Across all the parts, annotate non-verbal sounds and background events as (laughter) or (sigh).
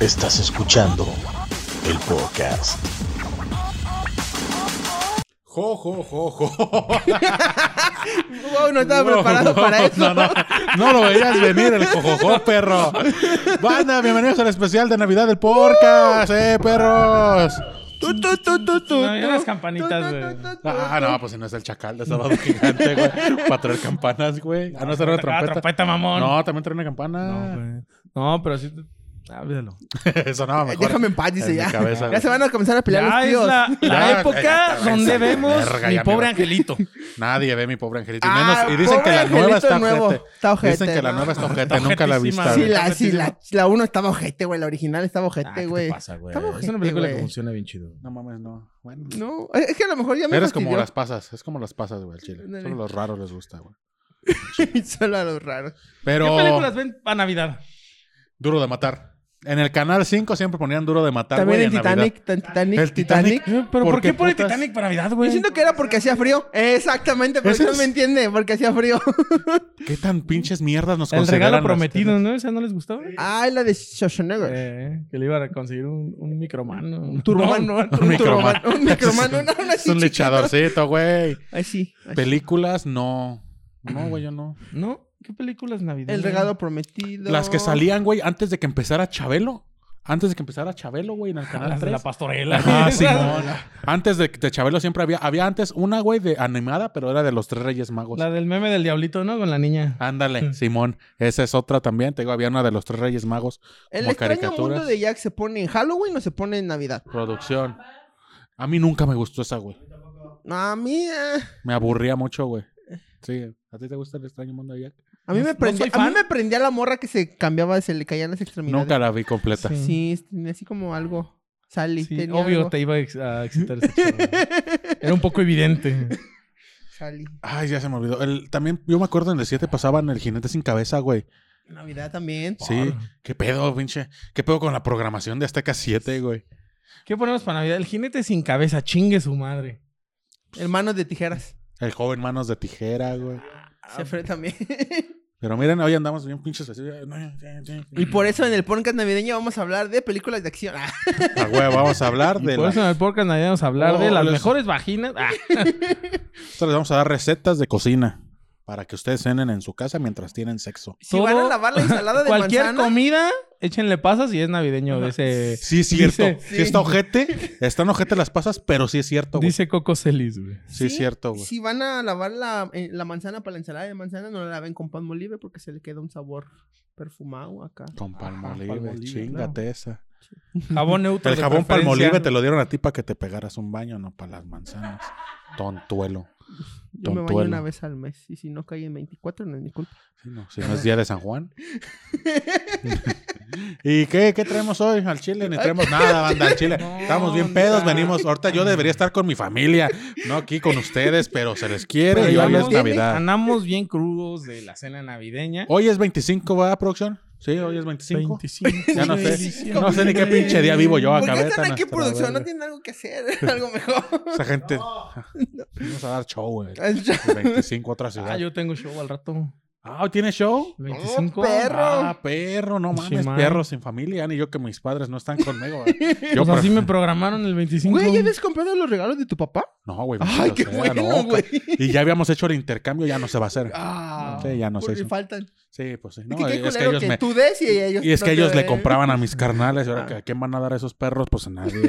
Estás escuchando el podcast. Jo, jo, jo, jo. Wow, no estaba preparado (laughs) para No, eso. no, no lo veías venir el jojojo, perro. Banda, bienvenidos al especial de Navidad del podcast, eh, perros. Uh. Tu, tu, tu, tu, tu, No, yo tu. las campanitas, güey. Ah, no, pues si no es el chacal de sábado gigante, güey. Para traer campanas, güey. Ah, no, esa era una Ah, trompeta. trompeta, mamón. No, también trae una No, campana. güey. No, pero sí. ah, Háblalo. (laughs) Eso no, mejor. Déjame en paz, dice En mi ya. cabeza, ya güey. se van a comenzar a pelear Ya los es tíos. la, la Ya, época ya, ya, donde ya, vemos verga, mi ya, pobre mira. angelito. Nadie ve mi pobre angelito. Y, Ah, menos, y dicen que pobre la nueva angelito está nuevo. ojete. Está ojete, Dicen que la ¿no? nueva está Está ojete. Nunca la ojetísima, viste. Sí, güey. la, sí, la, la uno estaba ojete, güey. La original estaba Ah, ojete, güey. güey? Está Es ojete, una película güey. que funciona bien chido. No mames, no. Bueno. No, es que a lo mejor ya me Eres como fastidió. las pasas, es como las pasas, güey, al chile. Ándale. Solo los raros les gusta, güey. (laughs) Solo a los raros. Pero ¿Qué películas ven para Navidad? Duro de matar. En el canal 5 siempre ponían Duro de matar, También güey, en Navidad. Titanic, tan- Titanic. El Titanic. Eh, ¿Pero por, ¿Por qué qué pone putas? Titanic para Navidad, Yo güey? siento que era porque hacía frío. Exactamente, pero ¿Ese usted no es? me entiende, porque hacía frío. (laughs) ¿Qué tan pinches mierdas nos El consideran regalo las- prometido, (laughs) ¿no? ¿Esa no les gustaba? Ay, Ah, la de Schwarzenegger. Eh, que le iba a conseguir un, un micromano. Un Turboman. No, no, Un microman. turboman, un (laughs) microman, una- una Es así un chiquita. luchadorcito, güey. Ay, sí. ay, sí. Películas, no. No, güey, yo no. ¿No? ¿Qué películas navideñas? El regalo prometido. Las que salían, güey, antes de que empezara Chabelo. Antes de que empezara Chabelo, güey, en el Ah, canal Las de 3. la pastorela. (laughs) Ah, (laughs) Esas- Simón. Antes de, de Chabelo siempre había. Había antes una, güey, de animada, pero era de los tres Reyes Magos. La del meme del diablito, ¿no? Con la niña. Mm. Ándale, Simón. Esa es otra también. Te digo, había una de los tres Reyes Magos. El como extraño caricaturas. mundo de Jack se pone en Halloween o se pone en Navidad. Producción. A mí nunca me gustó esa, güey. No, a mí. eh, Me aburría mucho, güey. Sí. ¿A ti te gusta el extraño mundo de Jack? a mí No- me no prendía. soy a mí fan. me prendía la morra que se cambiaba, se le caían las extremidades. Nunca la vi completa. Sí. Sí, tenía así como algo. Sally. Sí, tenía obvio algo. te iba a ex- a excitar (laughs) esa chava. Era un poco evidente. Sally. Ay, ya se me olvidó. El, también, yo me acuerdo en el 7 pasaban el jinete sin cabeza, güey. Navidad también. Sí. ¿Qué pedo, pinche? ¿Qué pedo con la programación de Azteca 7, güey? ¿Qué ponemos para Navidad? El jinete sin cabeza, chingue su madre. Hermanos de tijeras. El joven manos de tijera, güey. Ah, Se fue (laughs) también. Pero miren, hoy andamos bien pinches así. A y por eso en el podcast navideño vamos a hablar de películas de acción. Ah, huevo, vamos a hablar Y de por la- eso en el podcast navideño vamos a hablar de Oh, las los- mejores vaginas. Ah, Esto les vamos a dar recetas de cocina para que ustedes cenen en su casa mientras tienen sexo. si van a Todo- lavar (laughs) la ensalada de cualquier manzana. comida, échenle pasas y es navideño. Dice, Sí, es cierto. Dice- sí. está ojete. Están ojete las pasas, pero sí es cierto, güey. dice Coco Celis, güey. Sí, es cierto, güey. Si van a lavar la, eh, la manzana para la ensalada de manzana, no la laven con pan molive porque se le queda un sabor perfumado acá. Con palmolive, Ajá, "Ah, palmolive, chingate esa. Jabón neutro. El de jabón preferencia. palmolive te lo dieron a ti para que te pegaras un baño, no para las manzanas. Tontuelo. Yo me baño Tontuelo. una vez al mes y si no caí en 24 no es mi culpa. Sí, no, si no es día de San (laughs) Juan. ¿Y qué, qué traemos hoy al Chile? Ni traemos nada, banda, al Chile. No, Estamos bien pedos, neta. venimos. Ahorita yo debería estar con mi familia, no aquí con ustedes, pero se les quiere Pero y ya hoy no es tiene. Navidad. Oh, Andamos bien crudos de la cena navideña. Hoy es 25, ¿va, producción? Sí, hoy es 25. 25. Ya no de sé. diciembre. No sé ni qué pinche día vivo yo. ¿Por qué acabé están tan aquí hasta la producción? No verga. tienen algo que hacer, (laughs) algo mejor. Esa gente. (laughs) Vamos a dar show, güey. Al show. El 25 otra ciudad. Ah, yo tengo show al rato. Ah, ¿tiene show? 25. perro. Ah, perro, no mames, man. perro sin familia, ni yo que mis padres no están conmigo. (laughs) güey. Yo Pues así pref- me programaron el 25. Güey, ¿ya habías comprado los regalos de tu papá? No, güey. Ay, bendito qué Pues sea, bueno, no, (laughs) güey. Y ya habíamos hecho el intercambio, ya no se va a hacer. Ah, Sí, ya no se porque hizo. faltan. Sí, pues sí. Es No, que qué es que culero ellos que me- tú des y ellos Y es que no te ellos le den. compraban a mis carnales. Y ahora, Ah. que ¿a quién van a dar esos perros? Pues a (laughs) nadie.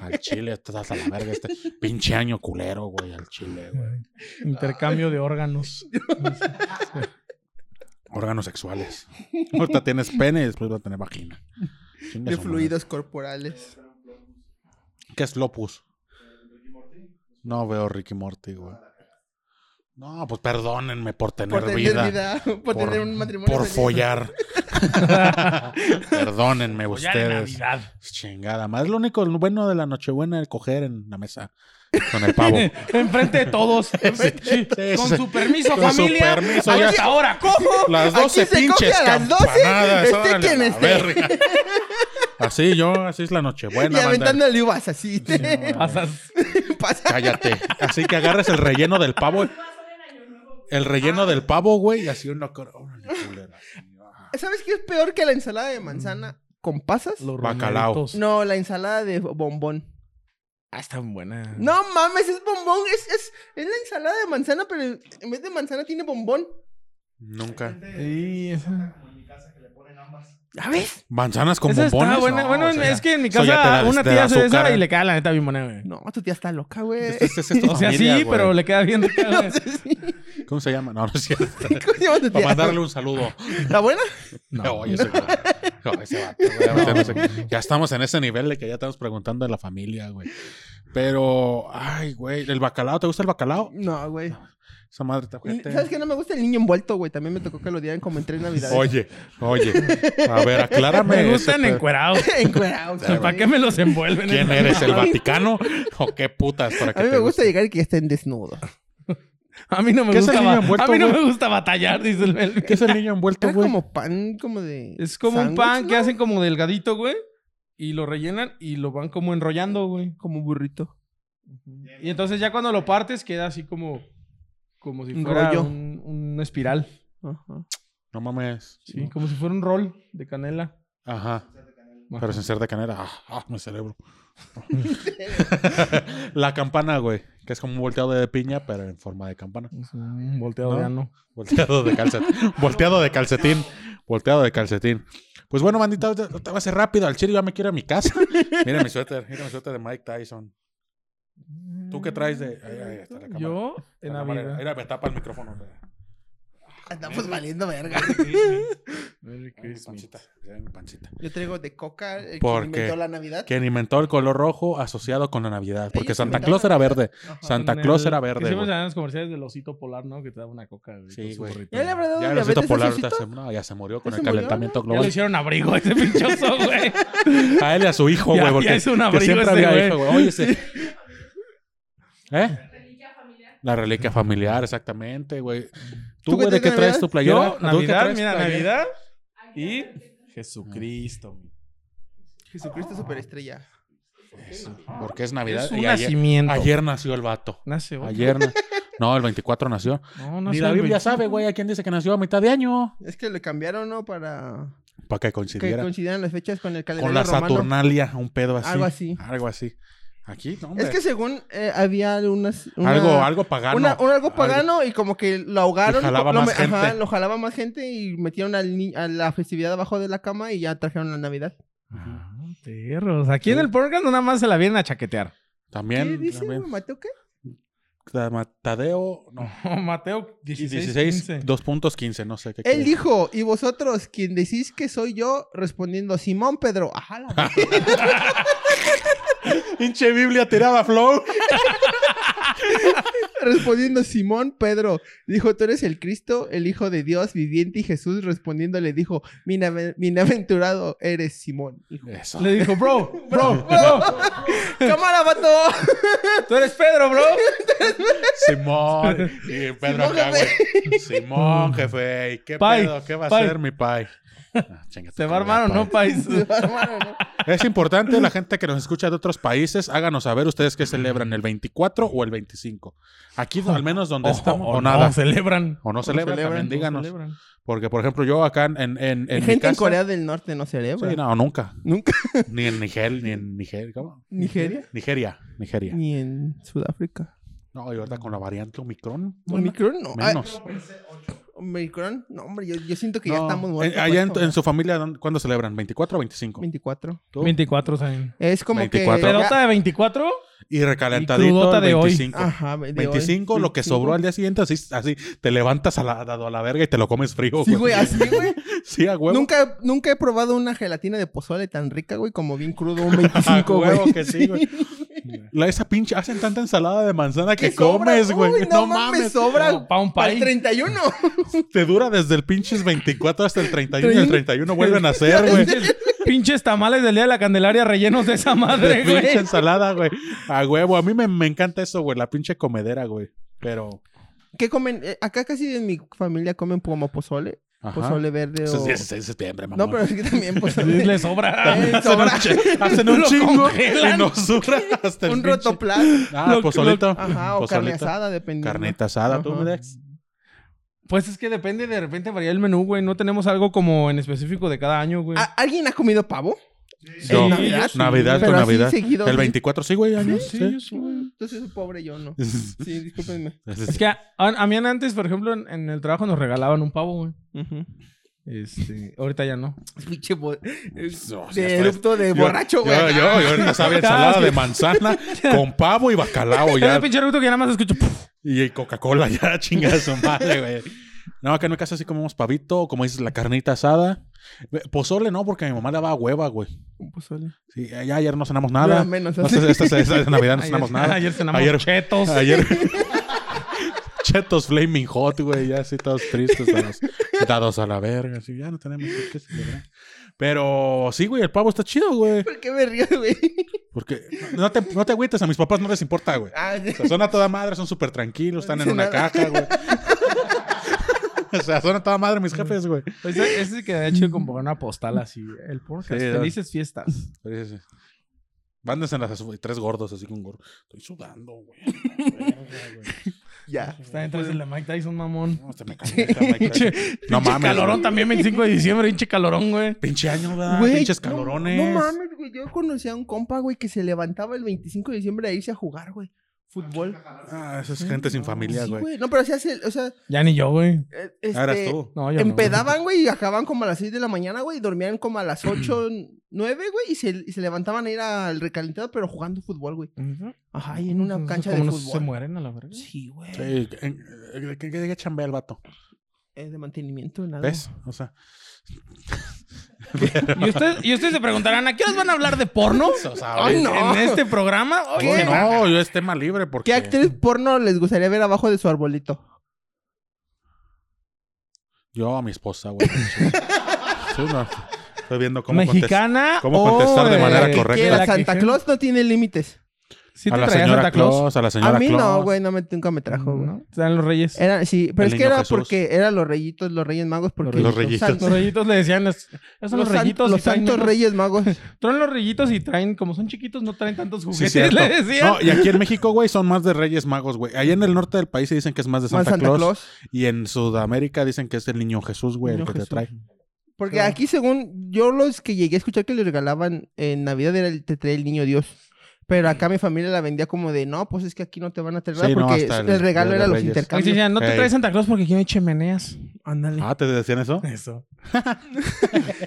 Al chile, estás hasta la verga este pinche año culero, güey, al chile, güey. Intercambio de órganos. Órganos (laughs) sexuales. Ahorita tienes pene y después va a tener vagina. Chinga De su madre. fluidos corporales. ¿Qué es Lopus? No veo Ricky Morty, güey. No, pues perdónenme por tener, Por tener vida. vida. por, tener un matrimonio. Por feliz. (laughs) follar. (laughs) Perdónenme Ya de ustedes. (laughs) Navidad. Pues Chingada. Más lo único bueno de la Nochebuena es coger en la mesa con el pavo. (laughs) Enfrente de todos. Sí, sí, Con sí. su permiso, Con su familia. permiso, ya. Hasta ahora, (laughs) cojo. Las Aquí 12 se coge pinches a las Este 12, campanadas. esté órale, quien a la esté. (laughs) verga. Así yo, así es la Nochebuena. Y banda. aventándole uvas así. (laughs) Pasas. (laughs) Pasa. Cállate. Así que agarras el relleno del pavo. El Ah. relleno del pavo, güey, y así uno. cor- órale, culera. ¿Sabes qué es peor que la ensalada de manzana? con pasas. Los Bacalao. romeritos. No, la ensalada de bombón. Ah, está buena. No mames, es bombón. Es, es, es la ensalada de manzana, pero en vez de manzana tiene bombón. Nunca. Sí, esa. ¿Ya ves? ¿Manzanas con Esa está bombones? buena. No, bueno, o sea, es que en mi eso ya te casa da- una te da tía hace esa azúcar. y le queda la neta bien buena, güey. No, tu tía está loca, güey. (laughs) Esto es- esto es (laughs) tu (laughs) O sea, familia, sí, güey. pero le queda bien rica, güey. ¿Cómo se llama? No, no es (laughs) cierto. ¿Cómo se llama tu Para tía? mandarle un saludo. ¿Está buena? No. Oye, ese güey. No, ese vato, güey, ahorita no sé. Ya estamos en ese nivel de que ya estamos preguntando de la familia, güey. Pero, ay, güey, ¿el bacalao? ¿Te gusta el bacalao? No, güey. Esa madre está Y- ojete. ¿Sabes qué? No me gusta el niño envuelto, güey. También me tocó que lo dieran como en tres navidades. (laughs) Oye, oye. A ver, aclárame. Me ese gustan pedo. encuerados. Encuerado, güey. ¿Para qué me los envuelven? ¿Quién eres, el Vaticano? ¿O qué putas? Para que A mí te me gusta guste? llegar y que estén desnudos. A mí no me ¿Qué es el gusta. niño ba- envuelto, a mí no güey? me gusta batallar, dice el Melvin. ¿Qué es el niño envuelto, Era güey? como pan, como de. Es como un sándwich, pan ¿no? que hacen como delgadito, güey. Y lo rellenan y lo van como enrollando, güey. Como burrito. Y entonces ya cuando lo partes queda así como... Como si Un fuera rollo. un, un espiral. Ajá. No mames. Sí, como si fuera un rol de canela. Ajá. Pero sin ser de canela. Ah, ah, mi cerebro. la campana, güey. Que es como un volteado de piña, pero en forma de campana. Es un volteado ¿No? de ano. Volteado de (laughs) calcetín. volteado de calcetín. Volteado de calcetín. Pues bueno, bandita, ahorita- ahorita va a ser rápido. Al chile ya me quiero a mi casa. (laughs) Mira mi suéter. Mira mi suéter de Mike Tyson. ¿Tú qué traes de...? Ahí, ahí está la cámara. Yo, La en cámara. Navidad. Mira, me tapa el micrófono. güey. (laughs) Andamos valiendo verga. Merry Ay, mi Christmas. pancita. Mira mi pancita. Yo traigo de coca el ¿Por que qué? inventó la Navidad. Quien inventó el color rojo asociado con la Navidad. Porque Ellos Santa inventaron Claus era la verde. Ajá. Santa En Claus el- era que verde, Siempre se güey. dan los comerciales del osito polar, ¿no? Que te daba una coca, güey. Sí, con su güey. gorrito. ¿Ya le habrá dado Ya el diabetes osito a polar ese ahorita se, osito? no, ya se murió con el ¿Ya se murió, calentamiento Ya le global. hicieron abrigo a ese pinchoso, güey. A él y a su hijo, (laughs) Ya- güey. ya Porque es un que abrigo siempre ese, había güey. hijo, güey. Oye, ese- ¿Eh? La reliquia familiar, exactamente, güey. ¿Tú, ¿Tú qué güey, de qué tienes traes Navidad? tu playera? Yo, ¿Tú qué Navidad, traes mira, playera? Navidad y Jesucristo. Jesucristo superestrella. Porque es Navidad. Es un y ayer, nacimiento. ayer nació el vato. Nace otro. Ayer. na- No, el 24 nació. No, no Ni sé, la güey. Biblia sabe, güey, a quién dice que nació a mitad de año. Es que le cambiaron, ¿no? Para Para que que coincidiera. coincidan las fechas con el calendario con la romano. Saturnalia, un pedo así. Algo así. Algo así. Aquí, no, hombre. Es que según eh, había unas... una- algo, algo pagano. una- un algo pagano y como que lo ahogaron. Y jalaba lo, más me- ajá, gente. lo jalaba más gente y metieron al ni- a la festividad abajo de la cama y ya trajeron la Navidad. Ah, perros. Aquí en el podcast nada más se la vienen a chaquetear. También. ¿Qué dice, también. güey, Mateo? ¿Qué? Tama- Tadeo, no. Mateo 16, 16, 15. 2.15, no sé qué. Él quiere. dijo, y vosotros, quien decís que soy yo, respondiendo, Simón Pedro. Ajá, la verga. Pinche Biblia tirada, Flow. Respondiendo Simón Pedro, dijo, tú eres el Cristo, el Hijo de Dios viviente. Y Jesús respondiendo le dijo, "Bienaven- bienaventurado eres Simón. hijo". Eso. Le dijo, bro, bro, bro, ¡Cámara, vato! (laughs) tú eres Pedro, bro. (laughs) Simón. Y Pedro Simón, acá, jefe. güey. Simón, jefe. ¿Y qué Pai, pedo? ¿Qué va a pai. hacer mi pai? Ah, chinga tu ¿Se va a madre, armar o no, pai. país? Hermano, ¿no? Es importante la gente que nos escucha de otros países, háganos saber ustedes qué celebran, el 24 o el 25. Aquí, al menos donde Ojo, estamos, o, o nada. No, celebran. o no celebran, celebran, también no díganos. celebran. Porque, por ejemplo, yo acá en, en, en, en mi Gente en casa- Corea del Norte no celebra. Sí, no, nunca. Nunca. Ni en Nigeria, ni en Nigeria. ¿cómo? Nigeria. Nigeria, Nigeria. Ni en Sudáfrica. No, y ahorita con la variante Omicron. bueno, ¿Omicron? No. Ay, Menos. ¿Omicron? No, hombre, yo, yo siento que ya No, estamos en- muertos. allá en, por en esto, su familia, ¿dónde- ¿cuándo celebran? ¿24 o 25? 24. ¿Tú? 24 saben. Es 24. como que... ya- ¿Pelota de 24? Y recalentadito crudota el de hoy. 25. Ajá, de hoy. 25, lo que sobró al día siguiente, así, así te levantas a la, dado a la verga y te lo comes frío. Sí, güey, así, güey. Sí, a huevo. Nunca, nunca he probado una gelatina de pozole tan rica, güey, como bien crudo, un A 25, güey. huevo que sí, (laughs) güey. La, esa pinche, hacen tanta ensalada de manzana que comes, güey. no, mames, sobra. Pa' un Para el pay. 31. Te dura desde el pinches 24 hasta el 31 y el 31 vuelven a (laughs) hacer, (laughs) güey. Pinches, pinches tamales del día de la Candelaria rellenos de esa madre, Pinche güey. ensalada, güey. A huevo. A mí me, me encanta eso, güey. La pinche comedera, güey. Pero. (laughs) ¿Qué comen? Eh, acá casi en mi familia comen como pozole. Ajá. Pozole verde Eso o... es 16 de septiembre, mamón. no, pero es que (laughs) también pozole. (laughs) Le sobra. Eh, Hacen un, sobra. chi- hacen un Lo chingo congelan. y nos dura hasta el un pinche- rotoplas. Ah, Lo- pozolito. Ajá, o carne Pozolito. asada, dependiendo. Carnita asada, tú, Ajá. Medex. Pues es que depende, de repente varía el menú, güey. No tenemos algo como en específico de cada año, güey. ¿A- ¿Alguien ha comido pavo? Yo, ¿En Navidad, Navidad? con Pero así Navidad. seguido, El ¿sí? 24, sí, güey, años. Sí, sí. yo sí, güey. Entonces, pobre yo, ¿no? Sí, discúlpenme. Es que a, a mí antes, por ejemplo, en, en el trabajo nos regalaban un pavo, güey. Este, ahorita ya no. Pinche bo- No, sí, de esto es- erupto de Pues Yo- borracho, güey. Yo, yo, yo ahorita sabe ensalada de manzana con pavo y bacalao Ese Pues ya. pinche eructo que nada más escucho. "Puf". Y y Coca-Cola (laughs) ya, chingada su madre, güey. No, acá en mi casa sí comemos pavito, como dices, la carnita asada. Pozole no, porque a mi mamá le daba hueva, güey. Sí, ya ayer no cenamos Nada nada. menos. No, así. esta, esta- esta Navidad no (laughs) Ayer- cenamos nada. Ayer cenamos Ayer- chetos. (laughs) Ayer. (laughs) Chetos Flaming Hot, güey, ya así todos tristes, dados, dados a la verga, así, ya no tenemos por qué celebrar. Pero sí, güey, el pavo está chido, güey. ¿Por qué me río, güey? (laughs) Porque no te, no te agüites, a mis papás no les importa, güey. Ah, O sea, son a toda madre, son súper tranquilos, están en una caja, güey. (laughs) O sea, son a toda madre mis jefes, güey. Ese, ese queda hecho como una postal así. El podcast. Sí, Felices fiestas. Sí, sí, sí. Mándense las y tres gordos así con gordo. Estoy sudando, güey. ya. Está detrás de la Mike Tyson, mamón. No, se me cayó esta madre. Pinche, No pinche mames, calorón güey. también, 25 de diciembre, pinche calorón, güey. Pinche año, ¿verdad? Güey, Pinches no- calorones. No, mames, güey. Yo conocí a un compa, güey, que se levantaba el 25 de diciembre a irse a jugar, güey. Fútbol. Ah, esa es gente sin familia, Sí, güey. güey. No, pero se hace, o sea, Ya ni yo, güey. eh, este, Ah, Eras tú. No, yo no. Empedaban, güey, y acababan como a las 6 de la mañana, güey, y dormían como (clears throat) a las 8, 9, güey, y se, y se levantaban a ir al recalentado, pero jugando fútbol, güey. Ajá, y en una Entonces, cancha de ¿cómo no se fútbol. mueren a la verga. Sí, güey. Sí, en- eh, ¿de qué, de qué chambea el vato? Eh, de mantenimiento, nada. ¿Ves? O sea, ¿Y, usted- y ustedes se preguntarán, ¿a qué horas van a hablar de porno? o sea, Ay, oye, no. En este programa. Oye, oye, ¿Qué? no, yo es tema libre porque... ¿Qué actriz porno les gustaría ver abajo de su arbolito? Yo a mi esposa, güey. Sí, no, Estoy viendo cómo contestar. ¿Mexicana? cómo o, contestar de eh, manera que correcta? quiera Que que Santa je- Claus no tiene límites. Sí, te a la traía señora Santa Claus, Claus. a la señora A mí Claus. no, güey, no me, nunca me trajo, güey. Eh, ¿No? Eran los reyes. Era, sí, El pero es que niño era Jesús. porque eran los reyitos, los reyes magos, porque Los reyitos. san- Los reyitos le decían. Los, esos son los los, san- reyitos. los y traen santos otros- reyes magos. Traen los reyitos y traen, como son chiquitos, no traen tantos Sí, juguetes, (laughs) cierto. le decían. No, y aquí en México, güey, son más de Reyes Magos, güey. Allá en el norte del país se dicen que es más de Más Santa, Claus, Y en Sudamérica dicen que es el niño Jesús, güey, el Niño que Jesús. te trae. Porque Claro. aquí, según yo, los que llegué a escuchar que le regalaban en Navidad era el te trae el niño Dios. Pero acá mi familia la vendía como de no, pues es que aquí no te van a traer nada", Sí, no, porque hasta el, el Día regalo de era los los Reyes. Ay, sí, intercambios. ya, Pues, no te Ey. traes Santa Claus porque aquí no hay chimeneas. Ándale. Ah, ¿te decían eso? Eso.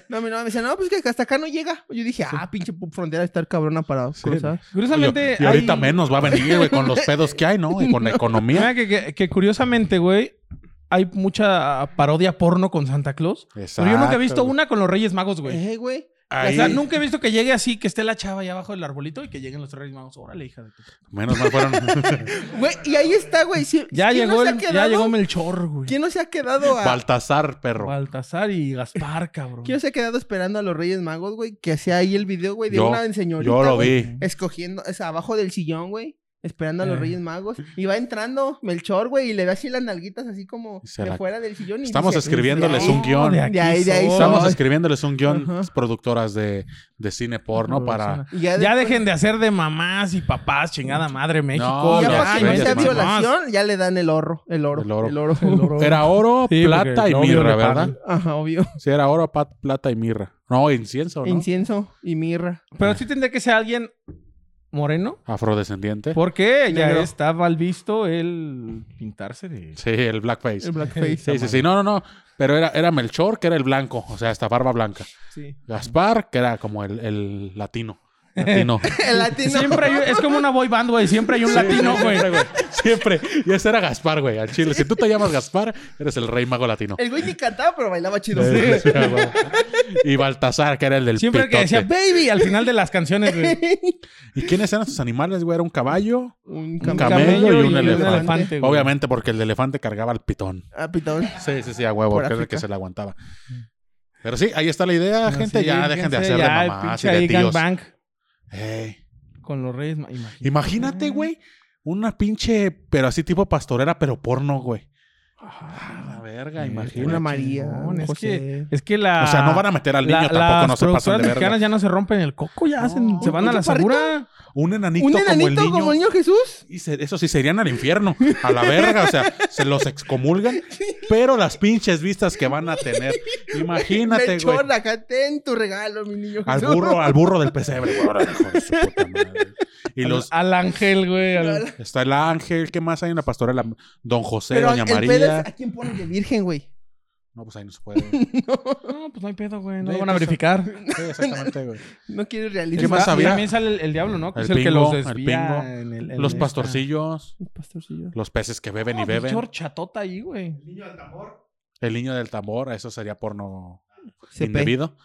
No, mi mamá me decía, no, pues que hasta acá no llega. Yo dije, ah, pinche pu- frontera estar cabrona para cruzar. Curiosamente. y ahorita hay- menos va a venir, güey, con los pedos que hay, ¿no? Y con la economía. Mira que, que- que curiosamente, güey, hay mucha parodia porno con Santa Claus. Pero yo nunca he visto Exacto, una con los Reyes Magos, güey. Eh, güey. O Ahí- sea, nunca he visto que llegue así, que esté la chava ahí abajo del arbolito y que lleguen los Reyes Magos. Órale, hija de tu- Menos mal fueron. Güey, y ahí está, güey. sí- Ya ¿quién no llegó, se ha el, ya quedado? llegó Melchor, güey. ¿Quién no se ha quedado a... Baltasar, perro. Baltasar y Gaspar, cabrón. ¿Quién no se ha quedado esperando a los Reyes Magos, güey? Que hacía ahí el video, güey, de Yo- una señorita, Yo lo güey, vi. escogiendo, o sea, abajo del sillón, güey, esperando a los Eh. Reyes Magos. Y va entrando Melchor, güey, y le ve así las nalguitas así como Y se de la- fuera del sillón. Y Estamos dice, escribiéndoles "Sí". un guión. de aquí De ahí- de ahí soy. Estamos Ay. escribiéndoles un guión Ajá. productoras de, de cine porno para. Y ya, Ya después- dejen de hacer de mamás y papás, chingada madre México. No, ya ya, para que no Reyes sea Magos. violación, ya le dan el oro, el oro, El oro. el oro. Era oro, Sí, porque plata y novio mirra, le ¿verdad? pagan. Ajá, obvio. Sí, era oro, pa- plata y mirra. No, incienso, (laughs) ¿no? Incienso y mirra. Pero sí tendría que ser alguien moreno. Afrodescendiente. Pues- Porque ya Negro. está mal visto el pintarse de. Sí, el blackface. El (laughs) blackface. Sí, sí, sí. No, no, no. Pero era, era Melchor, que era el blanco. O sea, esta barba blanca. Gaspar, que era como el, el latino. (laughs) Latino. (laughs) El latino. Siempre hay- es como una boy band, güey. Siempre hay un latino, güey. Siempre, güey. Siempre. Y ese era Gaspar, güey. Al chile. Si tú te llamas Gaspar, eres el rey mago (laughs) latino. El güey ni cantaba, pero bailaba (laughs) chido. Sí, güey. y Baltasar, que era el del Siempre el que decía pitote. baby al final de las canciones, güey. ¿Y quiénes eran sus animales, güey? Era un caballo, (laughs) Un un (laughs) cam- camello, y un, elefante. güey. Obviamente, porque el elefante cargaba el pitón. Ah, pitón. Sí, sí, sí, a huevo, Por que era el África. que se la aguantaba. Pero sí, ahí está la idea, Así, gente. Ya dejen de fíjense, hacer de ya el mamás y pinche de ahí tíos. gangbang Ey. Con los reyes. ma- Imagínate. Imagínate, güey, una pinche, pero así tipo pastorera, pero porno, güey. Ah, la verga, imagínate. Una María. chingón, un es José. Es que la. O sea, no van a meter al niño la- tampoco, no las se pasan productoras de mexicanas verga. ya no se rompen el coco, ya hacen- se ¿Un- van un a la chaparrito? segura. Un enanito, ¿Un como el enanito niño. como el niño Jesús? Y se- eso sí serían al infierno, a la verga, o sea, se los excomulgan, pero las pinches vistas que van a tener. Imagínate, güey. Mechón, acá ten tu regalo, mi niño Jesús. Al (laughs) burro, al burro del pesebre, güey. Ahora, hijo de su puta madre. Y Al- los Al ángel, güey. al- está el ángel, ¿qué más hay en la pastorela? Don José, Pero Doña el pedo María. es, ¿a quién ponen de virgen, güey? No, pues ahí no se (laughs) puede. No, pues no hay pedo, güey. No Sí, lo van a pues, verificar. Sí, exactamente, güey. No quiere ¿Y realismo. qué más Está- había? También sale el, el diablo, ¿no? Que El es el que pingo, los el desvía. pingo, en el- en Los esta- pastorcillos, Un pastorcillo. los peces que beben y No, pues, beben, George Chatota ahí, güey. el niño del tambor, eso sería porno CP. indebido.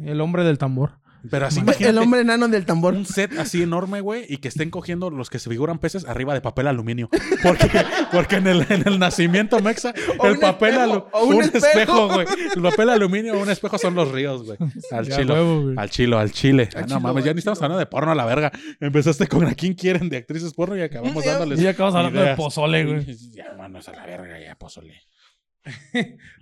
El hombre del tambor. Pero así (laughs) El imagínate Ah. hombre enano del tambor. un set así enorme, güey, y que estén cogiendo los que se figuran peces arriba de papel aluminio. Porque, porque en, el, en el nacimiento mexa, O el un papel espejo, alu- o un espejo. espejo, güey. El papel aluminio o un espejo son los ríos, (laughs) güey. Al Ya, chilo. huevo, güey. Al chilo, al chile. Ah, Al no chilo, mames, al ya ni estamos chilo. hablando de porno a la verga. Empezaste con a quién quieren de actrices porno y acabamos Ya- dándoles. Y ya acabamos hablando de ideas. pozole, güey. Ya, manos a la verga, ya, pozole.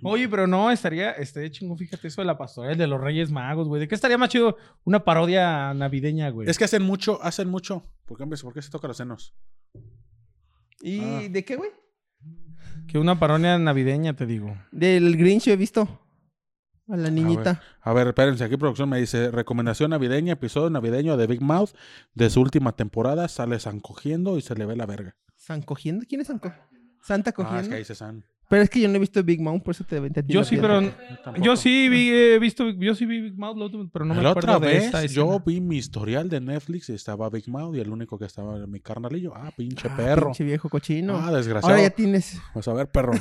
Oye, pero no, estaría, estaría chingón, fíjate, eso de la pastoral de los Reyes Magos, güey. ¿De qué estaría más chido? Una parodia navideña, güey. Es que hacen mucho, hacen mucho. ¿Por qué, hombre, ¿por qué se toca los senos? ¿Y Ah. de qué, güey? Que una parodia navideña, te digo. Del Grinch he visto. A Ah, la niñita. A ver, espérense, aquí producción me dice recomendación navideña, episodio navideño de Big Mouth de su última temporada, sale San cogiendo y se le ve la verga. ¿San cogiendo? ¿Quién es San cogiendo? Santa cogiendo. Ah, es que ahí se San. Pero es que yo no he visto Big Mom, por eso te aventé a ti Yo la sí, piedra. Ah, pero tampoco. yo sí vi, he visto, yo sí vi Big Mouth, la última, pero no me la acuerdo otra de vez esta yo escena. vi mi historial de Netflix y estaba Big Mouth y el único que estaba era mi carnalillo. Ah, pinche Ah, perro. pinche viejo cochino. Ah, desgraciado. Ahora ya tienes. Vas a ver, (laughs) perro.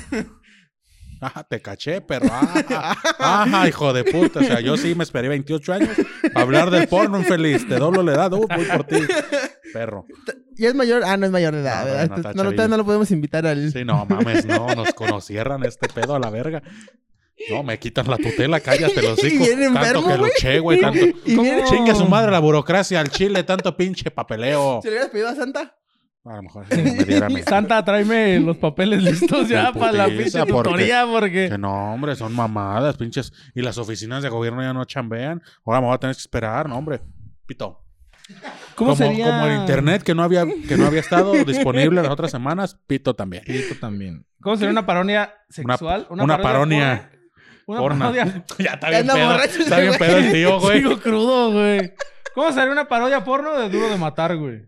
Ajá, te caché, perro. Ajá, ajá, hijo de puta. O sea, yo sí me esperé 28 años para hablar del porno infeliz. Te doblo la edad. Uh, voy por ti, perro. Ya es mayor. Ah, no es mayor de No, edad, ¿verdad? todavía no Entonces, está No, lo- chavillo. no lo podemos invitar al. Sí, no mames, no. Nos conocieran este pedo a la verga. No, me quitan la tutela, cállate los (laughs) Y hijos. bien enfermo, Tanto que güey. luché, güey. Tanto... Y viene- ¿Cómo? Chingue a su madre la burocracia al Chile, tanto pinche papeleo. ¿Se le hubieras pedido a Santa? A lo mejor sí me (laughs) diera mi- (laughs) Santa, tráeme los papeles (laughs) listos ya Qué para la putiza, pinche porque- tutoría, porque... Que no, hombre, son mamadas, pinches. Y las oficinas de gobierno ya no chambean. Ahora me voy a tener que esperar, no, hombre. Pito. ¿Cómo como, sería? como el internet que no había, que no había (laughs) estado disponible las otras semanas, pito también. Esto también. ¿Cómo sería una parodia sexual? Una, paronia. porno? Una porna. parodia... (laughs) ya está Ya bien anda pedo. borracho, Está bien güey. pedo el (laughs) tío, güey. (laughs) Sigo crudo, güey. ¿Cómo sería una parodia porno de Duro de Matar, güey?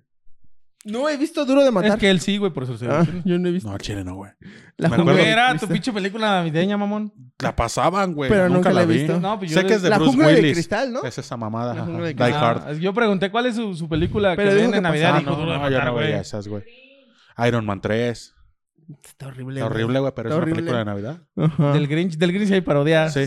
No he visto duro de matar. Es que él sí, güey, por eso se Ah, yo no he visto. No, al chile no, güey. La me jungla acuerdo- de era tu cristal. pinche película navideña, mamón? La pasaban, güey. Pero nunca, la vi. visto. No, pues yo sé de- que es de La Bruce jungla de Willis. cristal, ¿no? Es esa mamada. La ajá. jungla de Die cristal. Hard. Ah, yo pregunté cuál es su, su película Pero que dijo ven que en Navidad. pasaba, y dijo, no, Duro de no, yo Matar, no veía güey. esas, güey. Iron Man 3. Está horrible. Está horrible, güey, pero es Está una horrible. película de Navidad. Ajá. Del Grinch, del Grinch hay parodia. Sí.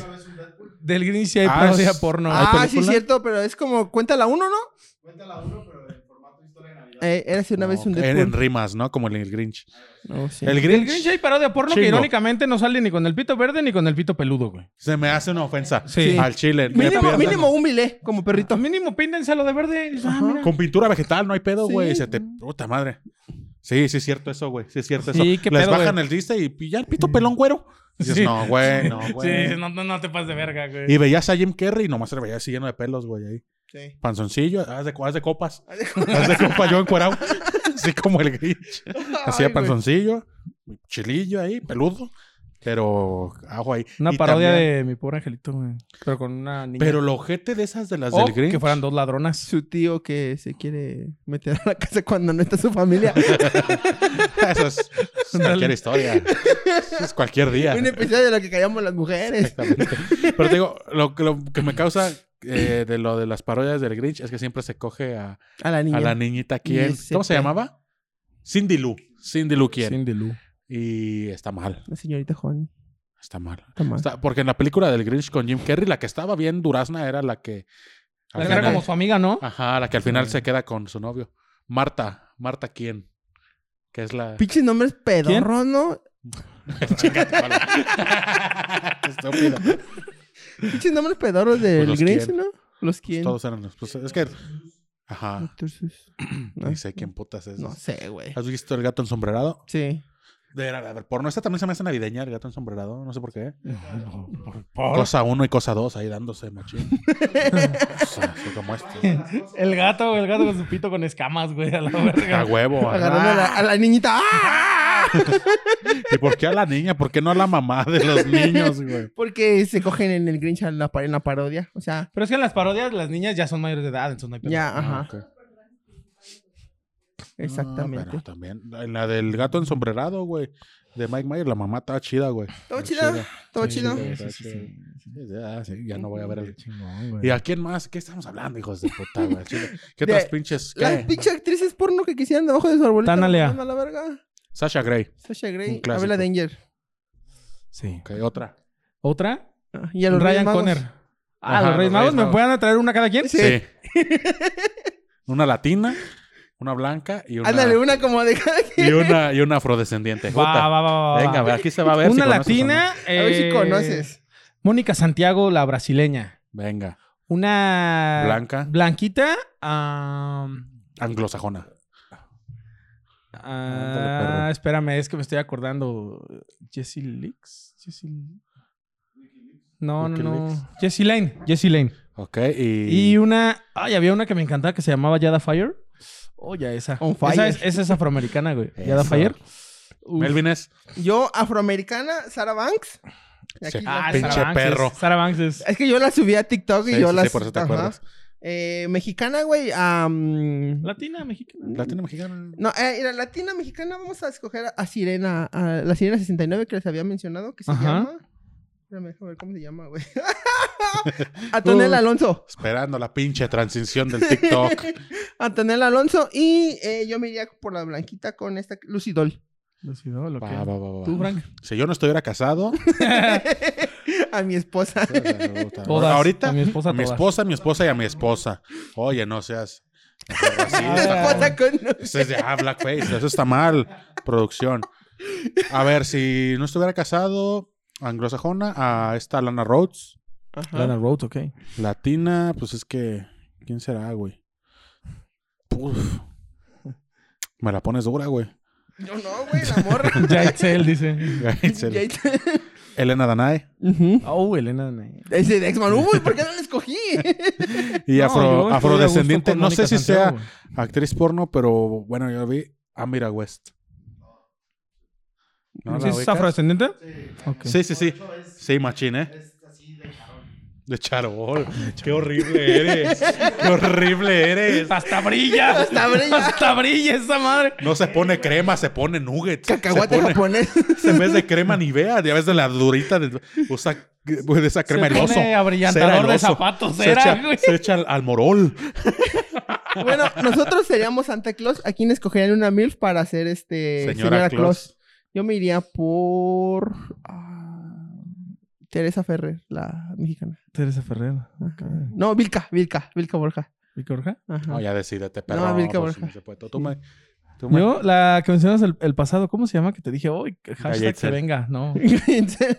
Del Grinch sí hay Ah, parodia es- porno. ah, ¿Hay sí, es película? cierto, pero es como. Cuenta la uno, ¿no? Cuenta la uno, pero en formato historia de Navidad. Eh, era así una vez un No, en, en Deadpool. rimas, ¿no? Como en el Grinch. No, sí. El Del Grinch, Grinch hay parodia porno que Chingo. irónicamente no sale ni con el pito verde ni con el pito peludo, güey. se me hace una ofensa Sí. al chile. Me Mínimo, pierden- mínimo un milé como perrito. Mínimo píndenselo de verde. Y dices, ah, mira. Con pintura vegetal no hay pedo, Sí. güey. Se te. Puta madre. Sí, sí es cierto eso, güey. Sí es cierto Sí, eso. qué Les pedo, bajan güey. el diste y y ya el pito pelón, güero. Y dices, Sí. no, güey, no, Sí, güey. no, no, no te pases de verga, güey. Y veías a Jim Carrey y nomás se le veía así lleno de pelos, güey, ahí. Sí. Panzoncillo, haz de, haz de copas. haz de copas yo encuerado. (laughs) así como el Grinch. Hacía Ay, güey. panzoncillo, chilillo ahí, peludo. Pero ajo ahí. Una Y parodia también- de mi pobre angelito, güey. Pero con una niña. Pero lo ojete de esas de las O del Grinch. Oh, que (laughs) fueran dos ladronas. Su tío que se quiere meter a la casa cuando no está su familia. Eso es, es cualquier historia. Eso es cualquier día. un em- episodio de lo que callamos las mujeres. Exactamente. Pero te digo, lo, que- lo que me causa eh, de lo de las parodias del Grinch es que siempre se coge a, A la niña. a la niñita quién. Ni ¿Cómo se se pe- llamaba? Cindy Lou. Cindy Lou quién. Cindy Lou. Y está mal. La señorita Juan. Está mal. Está mal. Está- porque en la película del Grinch con Jim Carrey, la que estaba bien durazna era la que. al Era final- Ah, como su amiga, ¿no? Ajá, la que al final Sí. se queda con su novio. Marta. Marta quién. Que es la. (laughs) Pinches nombres pedorros, ¿no? Estúpido. Pinches nombres pedorros del Pues los Grinch, quién. ¿no? Los quién. Todos eran los. pues, es que. Ajá. Doctor Seuss. (clears throat) Ni sé Ah. quién putas es. No sé, güey. ¿Has visto el gato ensombrerado? Sí. De, a ver, porno. Esta también se me hace navideña, el gato ensombrerado. No sé por qué. Cosa uno y cosa dos ahí dándose, machín. O sea, así como este. El gato, el gato con su pito con escamas, güey, (laughs) a la A verga. huevo. ajá. Agarrando a la, a la niñita. ¡Ah! (laughs) ¿Y por qué a la niña? ¿Por qué no a la mamá de (laughs) los niños, güey? Porque se cogen en el Grinch en la, par- en la parodia. O sea, Pero es que en las parodias las niñas ya son mayores de edad, entonces no hay pedo. ya, Ah, ajá. ok. Exactamente. No, pero también en la del gato ensombrerado, güey. De Mike Myers, la mamá estaba chida, güey. Todo chido, todo Sí, chido. güey, Sí, estaba sí, chida. sí, Ah, sí, ya no voy a ver el... Chingón, güey. ¿Y a quién más? ¿Qué estamos hablando, hijos de puta, güey? Chile. ¿Qué De- otras pinches? Las qué? pinches actrices porno que quisieran debajo de su arbolito. Tana no Lea. son A la verga. Sasha Grey. Sasha Un Grey, clásico. Abela Danger. Sí. Ok, otra. ¿Otra? Ah, Y a los Reyes Ryan Magos. Conner. Ah, Ajá, los Reyes Magos. ¿Me pueden traer una cada quien? Sí. (laughs) una latina, una blanca y una... Ándale, una como de cada quien. Y una, y una afrodescendiente. (laughs) Va, Jota. va, va, va, va. Venga, a ver, aquí se va a ver si Una conoces o latina. A ver si eh, conoces. Mónica Santiago, la brasileña. no. Venga. Una. Blanca. Blanquita. ah, am, Anglosajona. ah, perro. espérame, es que me estoy acordando. Jessie Leaks. Jessie. No, no, no. Wikileaks. Jessie Lane. Jessie Lane. Ok, y... Y una. Ay, había una que me encantaba que se llamaba Yada Fire. Oh, ya esa. On fire. Esa es, esa es afroamericana, güey. Yada Eso. Fire. Uf. Melvin es... Yo, afroamericana, Sara Banks. Y aquí Sí. la- Ah, Pinche Sarah Banks es- perro. Sarah Banks es. Es que yo la subí a TikTok y Sí, yo sí, las. sí, por eso te ajá. acuerdas. Eh, mexicana, güey. am, Latina, mexicana. Latina mexicana. No, eh, era latina mexicana. Vamos a escoger a, a Sirena, a la Sirena 69 que les había mencionado, que se Ajá. llama. Espérame, déjame ver cómo se llama, (laughs) güey. Uh. Antonella Alonso. Esperando la pinche transición del (laughs) TikTok. (laughs) Antonella Alonso. Y eh, yo me iría por la blanquita con esta (laughs) Lucidol. Lucidó, lo Va, va, va, va, va. ¿Tú, Frank? Si yo no estuviera (laughs) casado, (laughs) (laughs) a mi esposa. Todas. ahorita A mi esposa, a mi todas. esposa, a mi esposa y a mi esposa. Oye, no seas no seas (laughs) (laughs) Ah. racista. esposa con Eso es de ah, blackface, eso está mal, producción. A ver, si no estuviera casado, anglosajona, a esta Lana Rhodes, Ajá. Lana Rhodes, (laughs) ok. latina, pues es que ¿quién será, güey? Uf. Me la pones dura, güey. (laughs) Yo no, güey, la (laughs) morra. Jaitzel dice. (laughs) Elena Danae Ujú. Oh, Elena. ne- Ese de X-Man. Uy, ¿por qué no la escogí? (laughs) y No, yo afro, estoy afrodescendiente, a gusto con no sé Mónica si sea Santiago, güey. Actriz porno, pero bueno, yo vi Amira West. ¿No ¿Sí la ¿Es ubicas? afrodescendente? Ok. Sí, sí, sí. Sí, machín, ¿eh? de charol. Qué horrible eres. Qué horrible eres. Hasta brilla. (laughs) Hasta brilla. Hasta brilla esa madre. No se pone crema, se pone nuggets. Cacahuate se pone, japonés. (laughs) En vez de crema ni vea, ya ves de la durita. De, usa pues, de esa crema Se el oso. pone abrillantador Cera el de oso. zapatos, Se era, echa, güey. se echa al, al morol. Bueno, nosotros seríamos Santa Claus. ¿A quién escogerían una MILF para ser este señora, Claus? Yo me iría por ah, Teresa Ferrer, la mexicana. Teresa Ferrer. Ok. No, Vilca, Vilca, Vilca Borja. (laughs) ¿Vicky Borja? Ajá. No, ya decídete, perro. No, Vilca pues, Borja. no se puede. Tú, tú me- tú me- Yo, la que mencionas el, el pasado, ¿cómo se llama? Que te dije, uy, hashtag que Jaitzel. venga. (laughs) No,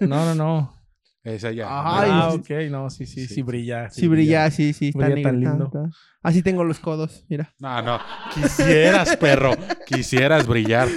no, no, no. Esa ya. Ay, ah, sí, ok, no, sí, sí, sí, Sí. brilla. sí, brilla, sí, sí, está Brilla negra, tan lindo. está- está. Así tengo los codos, mira. No, no. Quisieras, perro. Quisieras brillar.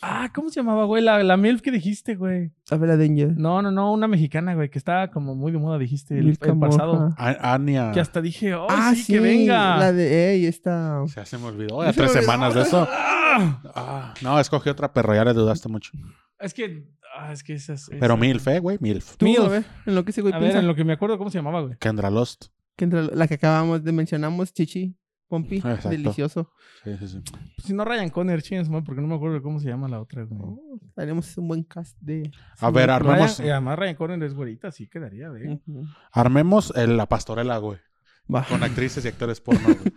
Ah, ¿cómo se llamaba, güey? La, la MILF que dijiste, güey. Abela Danger. No, no, no, una mexicana, güey, que estaba como muy de moda, dijiste, el, Vilca el pasado. Borja. A- Ania. Que hasta dije, oh, Ah, sí, que venga. La de ey, esta. O sea, se me olvidó. Ya tres semanas de (laughs) eso. Ah, no, escogí otra perro. Ya le dudaste mucho. Es que, ah, es que esas. Pero Milf, ¿eh, güey? Milf. Tú, Milf. a ver, en lo que ese güey A ver, piensa. en lo que me acuerdo, ¿cómo se llamaba, güey? Kendra Lost. Que entre la que acabamos de mencionamos, Chichi, Pompi, Exacto. delicioso. Sí, sí, sí. Pues, Si no Ryan Conner, chingas, madre, porque no me acuerdo cómo se llama la otra, güey. Oh, tenemos un buen cast de. A ver, armemos, Ryan- y además Ryan Conner es güerita, sí quedaría, güey. Ujú. armemos el- la pastorela, güey. Va. Con actrices y actores porno, güey.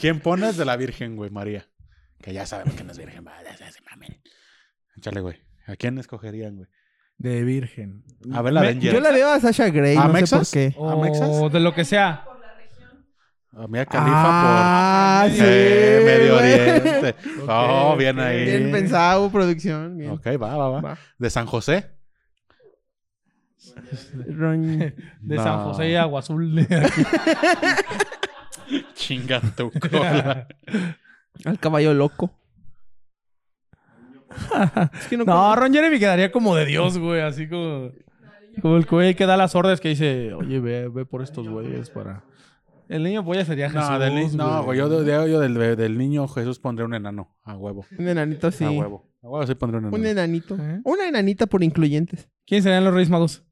¿Quién pones de la Virgen, güey? María. Que ya sabemos que no es Virgen. va, ya se- se mamen. Échale, güey. ¿A quién escogerían, güey? De virgen. A ver, la Me- Danger. Yo la veo a Sasha Grey, ¿A no Mexas? sé por qué. ¿A Mexas? O de lo que sea. A Mia Khalifa por... ah, sí, Eh, Medio güey. Oriente. oh, Ok, (laughs) bien ok. ahí. (laughs) Bien pensado, producción. Bien. Ok, va, va, va, Va. ¿De San José? Ron- De No. San José Agua Azul. (laughs) De (laughs) Chinga tu cola. (laughs) Al caballo loco. Es que no. No, Ron Jeremy quedaría como de Dios, güey. Así como. Como el güey que da las órdenes que dice, oye, ve, ve por estos güeyes para. El niño polla sería Jesús. No, del, ni- no, güey, yo, de- de- yo del, del niño Jesús pondré un enano. A huevo. Un enanito, sí. A Ah, huevo. A huevo sí pondré un enano. Un enanito. ¿Eh? Una enanita por incluyentes. ¿Quién serían los Reyes Magos?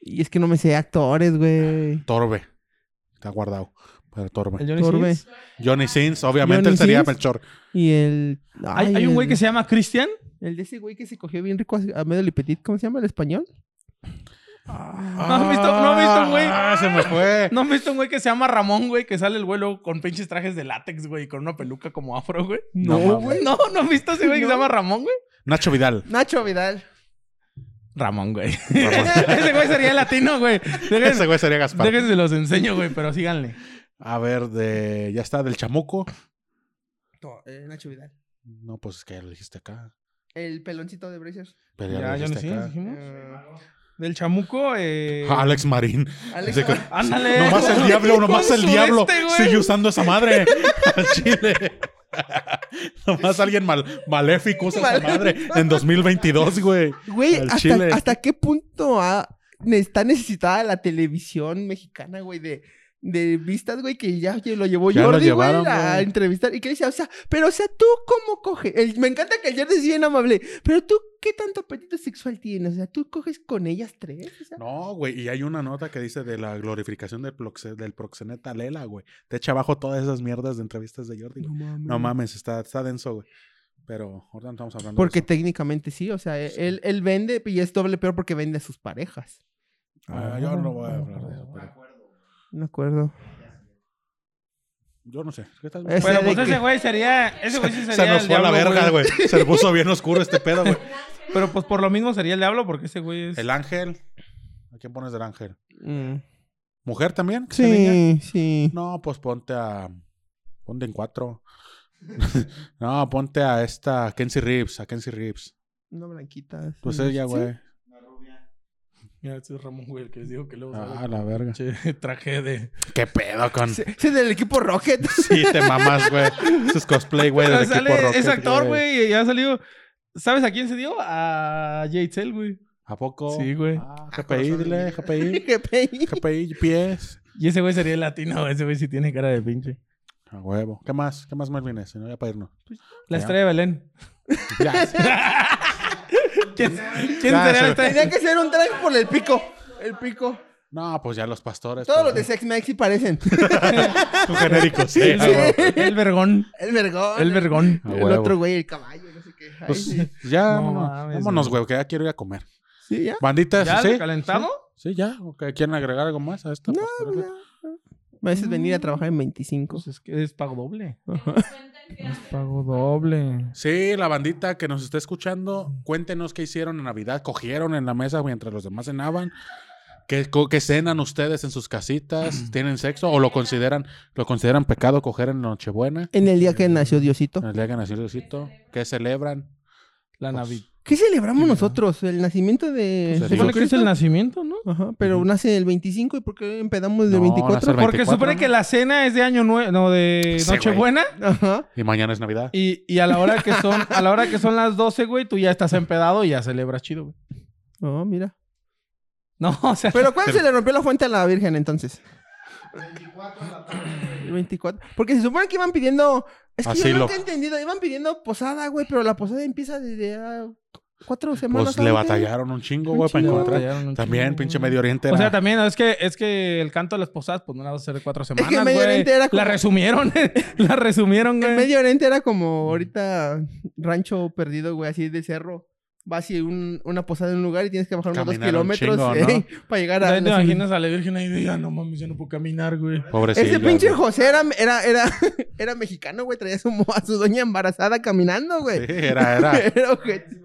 Y es que no me sé actores, güey. Torbe. Está guardado para Pues Torbe. El Johnny Torbe. Sins. Johnny Sins, obviamente, Johnny él sería Sins. Melchor. Y el. Hay, ay, hay un güey el- que se llama Christian. El de ese güey que se cogió bien rico a, a medio lipetit. ¿Cómo se llama el español? ¿No has visto- no has visto, güey? Ah, se me fue. ¿No han visto un güey que se llama Ramón, güey? Que sale el güey luego con pinches trajes de látex, güey, y con una peluca como afro, güey. No, mames. No, no han visto ese güey que se No. llama Ramón, güey. Nacho Vidal. Nacho Vidal. Ramón, güey. (laughs) ese güey sería latino, güey. Déjense, Ese güey sería Gaspar. déjense los enseño, güey, pero síganle. A ver, de. Ya está, del chamuco. eh, Nacho Vidal. No, pues es que ya lo dijiste acá. El peloncito de Brazers. Eh, Pero ya, Ya, lo yo no dijiste sé, acá. dijimos. Del chamuco, eh. Ah, Alex Marín. Alex. Dice que- (laughs) Ándale. Nomás el diablo, nomás Con el su diablo este, güey. sigue usando esa (laughs) madre al chile. (laughs) nomás alguien mal, maléfico usa esa madre en 2022, güey. Güey, Al chile. ¿hasta, hasta qué punto ha- ne- está necesitada la televisión mexicana, güey, de, de vistas, güey, que ya oye, lo llevó Ya lo Jordi, güey, llevaron, a güey. entrevistar? Y que dice, o sea, pero o sea, ¿tú cómo coges? El- me encanta que el Jordi es bien amable, pero ¿tú qué tanto apetito sexual tienes? O sea, ¿tú coges con ellas tres? O sea, No, güey, y hay una nota que dice de la glorificación del, proxe- del proxeneta Lela, güey. Te echa abajo todas esas mierdas de entrevistas de Jordi, güey. mames. No mames, está, está denso, güey. Pero ahorita no estamos hablando Porque de eso. técnicamente sí, o sea, él, él vende y es doble peor porque vende a sus parejas. Ah, yo no voy a hablar de eso. pues. pero- No acuerdo. Yo no sé. ¿Qué tal? Ese Pero de pues que- ese güey sería. Ese Este güey sí sería. Se nos el fue a la diablo, verga, güey. Se le puso bien oscuro este pedo, (laughs) güey. Pero pues por lo mismo sería el diablo, porque ese güey es. El ángel. ¿A quién pones del ángel? Mm. ¿Mujer también? que sea niña? Sí, sí. No, pues ponte a. Ponte en cuatro. (laughs) no, ponte a esta. Kenzie Reeves. A Kenzie Reeves. No blanquitas. Pues Sí. ella, güey. Mira, ese es Ramón, güey, el que les digo que luego. Ah, la verga. Traje de. ¿Qué pedo con.? Sí, sí, del equipo Rocket. (laughs) Sí, te mamas, güey. Sus cosplay, güey. del Pero equipo sale, Rocket, es actor, güey, y ya ha salido. ¿Sabes a quién se dio? A Yates, güey. ¿A poco? Sí, güey. Ah, GPI, dile. (laughs) GPI. GPI. GPI, pies. Y ese güey sería latino, güey, ese güey sí tiene cara de pinche. A huevo. ¿Qué más? ¿Qué más, Melvin? Si no, ya para (laughs) irnos. La Ya. estrella de Belén. Ya. ¿Quién, quién Ya, sería se- la estrella? Tenía que ser un traje por el pico. El pico. No, pues ya los pastores. Todos pues, los de Sex Max (laughs) sí parecen. Son genéricos. Sí, (laughs) Ah, El, a huevo. el vergón. El vergón. El vergón. A El huevo. otro güey, el caballo, no sé qué. Ay, Pues, sí. (laughs) ya, No vámonos. mames, vámonos, güey, que ya quiero ir a comer. Sí, ya. Banditas, ¿Ya Ah, ¿sí? ¿le calentamos? Sí, ya. ok, ¿Quieren agregar algo más a esta? No, Pues, Mm. no. Me haces venir a trabajar en 25. Pues es que es pago doble. Es pago doble. Sí, la bandita que nos está escuchando, cuéntenos qué hicieron en Navidad. ¿Cogieron en la mesa mientras los demás cenaban? ¿Qué, co- qué cenan ustedes en sus (clears throat) casitas? ¿Tienen sexo o lo consideran lo consideran pecado coger en Nochebuena? En el día que nació Diosito. En el día que nació Diosito. ¿Qué celebran? La Pues, Navidad. ¿Qué celebramos nosotros? El nacimiento de Pues, se Se supone que es Jesucristo. el nacimiento, ¿no? Ajá, pero nace el 25 y ¿por qué empezamos del No, 24? nace Porque 24, supone ¿no? que la cena es de año nuevo, no, de Sí, güey. Nochebuena. (laughs) Ajá. Y mañana es Navidad. Y, y a la hora que son, a la hora que son las 12, güey, tú ya estás empedado y ya celebras chido, güey. Oh, mira. (laughs) No, o sea, Pero ¿cuándo se le rompió la fuente a la Virgen entonces? El 24. Porque se supone que iban pidiendo. Es que yo Asilo. nunca he entendido. Iban pidiendo posada, güey, pero la posada empieza desde ah, cuatro semanas. Pues le antes. batallaron un chingo, Un güey, para chingo, encontrar. batallaron un También, chingo, pinche güey. Medio Oriente. O sea, era- también es que, es que el canto de las posadas, pues no la vas a hacer de (laughs) cuatro semanas. Medio güey. Oriente era como- La resumieron, eh, (laughs) la resumieron, El güey. Medio Oriente era Mm. como ahorita rancho perdido, güey, así de cerro. Vas y un, una posada en un lugar y tienes que bajar unos dos Caminar un kilómetros chingo, (laughs) eh, para llegar a. Ya te la- imaginas a la Virgen ahí de, "Ah, no mames, yo no puedo caminar, güey. Pobrecillo. Ese pinche güey. José era, era, era, (laughs) era mexicano, güey. Traía a su, mo- a su doña embarazada caminando, güey. Sí, era, era. (laughs) (laughs) Era ojete.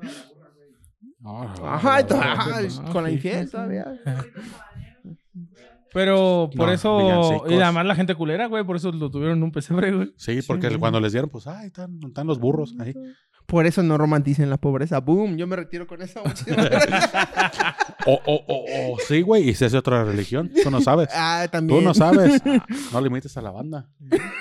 Ah, Ajá, güey. entonces, ajá, Ah, con la sí, infiel sí. todavía. Pero por No, eso, villancicos. y además la gente culera, güey, por eso lo tuvieron en un pesebre, güey. Sí, porque güey. cuando les dieron, pues, ay, están, están los burros ahí. Por eso no romanticen la pobreza. Boom, yo me retiro con esa. (laughs) O, o, o, o sí, güey, y si es de otra religión, tú no (laughs) sabes. ah, Tú también. no sabes. No limites a la banda.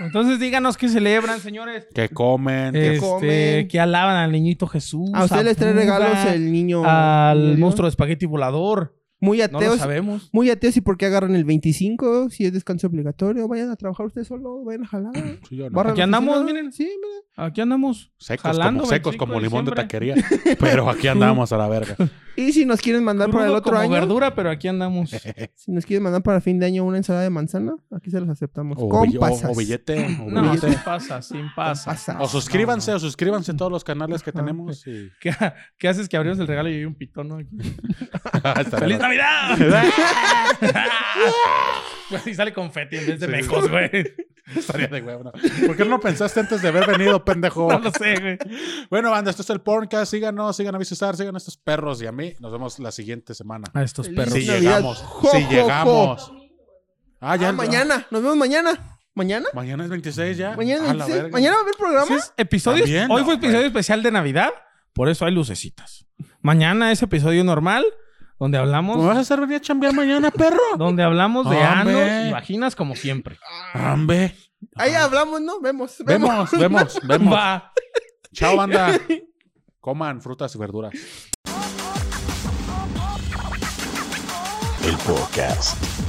Entonces díganos qué celebran, señores. Que comen. que- Este, Que, comen. alaban al niñito Jesús. A ustedes les trae Buda, regalos el niño. Al Dios. monstruo de espagueti volador. Muy No lo ateos. sabemos. muy ateos y por qué agarran el 25, si es descanso obligatorio, vayan a trabajar ustedes solo, vayan a jalar. Sí, yo no. Barran Aquí la andamos, oficina. miren. Sí, miren. Aquí andamos. Secos, Jalando como, secos 25 como de limón de diciembre. taquería. Pero (laughs) aquí andamos a la verga. Y si nos quieren mandar para el Crudo otro como año, verdura, pero aquí andamos. Eh, si nos quieren mandar para fin de año una ensalada de manzana, aquí se las aceptamos. O, con bill- o- pasas. o billete. O, (laughs) No, billete. sin pasa, sin Oh, pasa. pasas. O suscríbanse, o suscríbanse a todos los canales Ah, que Ajá. tenemos. (laughs) Y... (laughs) ¿Qué, qué haces que abrimos el regalo y hay un pitón ¿no? aquí? Estaremos- ¡Feliz Navidad! (laughs) (laughs) Y sale confeti en vez de Sí. mecos, (laughs) güey. Estaría de huevo, ¿no? ¿Por qué no pensaste antes de haber venido, pendejo? No lo sé, güey. Bueno, banda, esto es el Porncast. Síganos, sigan a Visusar, sigan a estos perros y a mí. Nos vemos la siguiente semana. A estos Feliz perros. Si Navidad. llegamos, Jo, si jo, llegamos. Ah, ya. Ah, mañana, nos vemos mañana. ¿Mañana? Mañana es 26 ya. Mañana, A la 26. verga. ¿Mañana va a haber Sí, programa? es episodio- También, hoy no, fue episodio güey. especial de Navidad, por eso hay lucecitas. Mañana es episodio normal, donde ¿Me hablamos, vas a hacer venir a chambear mañana, perro? donde hablamos de Ah. Hombre. anos y vaginas como siempre. Hombre. Ahí hablamos, ¿no? Vemos. Vemos. Vemos, vemos, (laughs) vemos. Va. Chao, banda. Coman frutas y verduras. El podcast.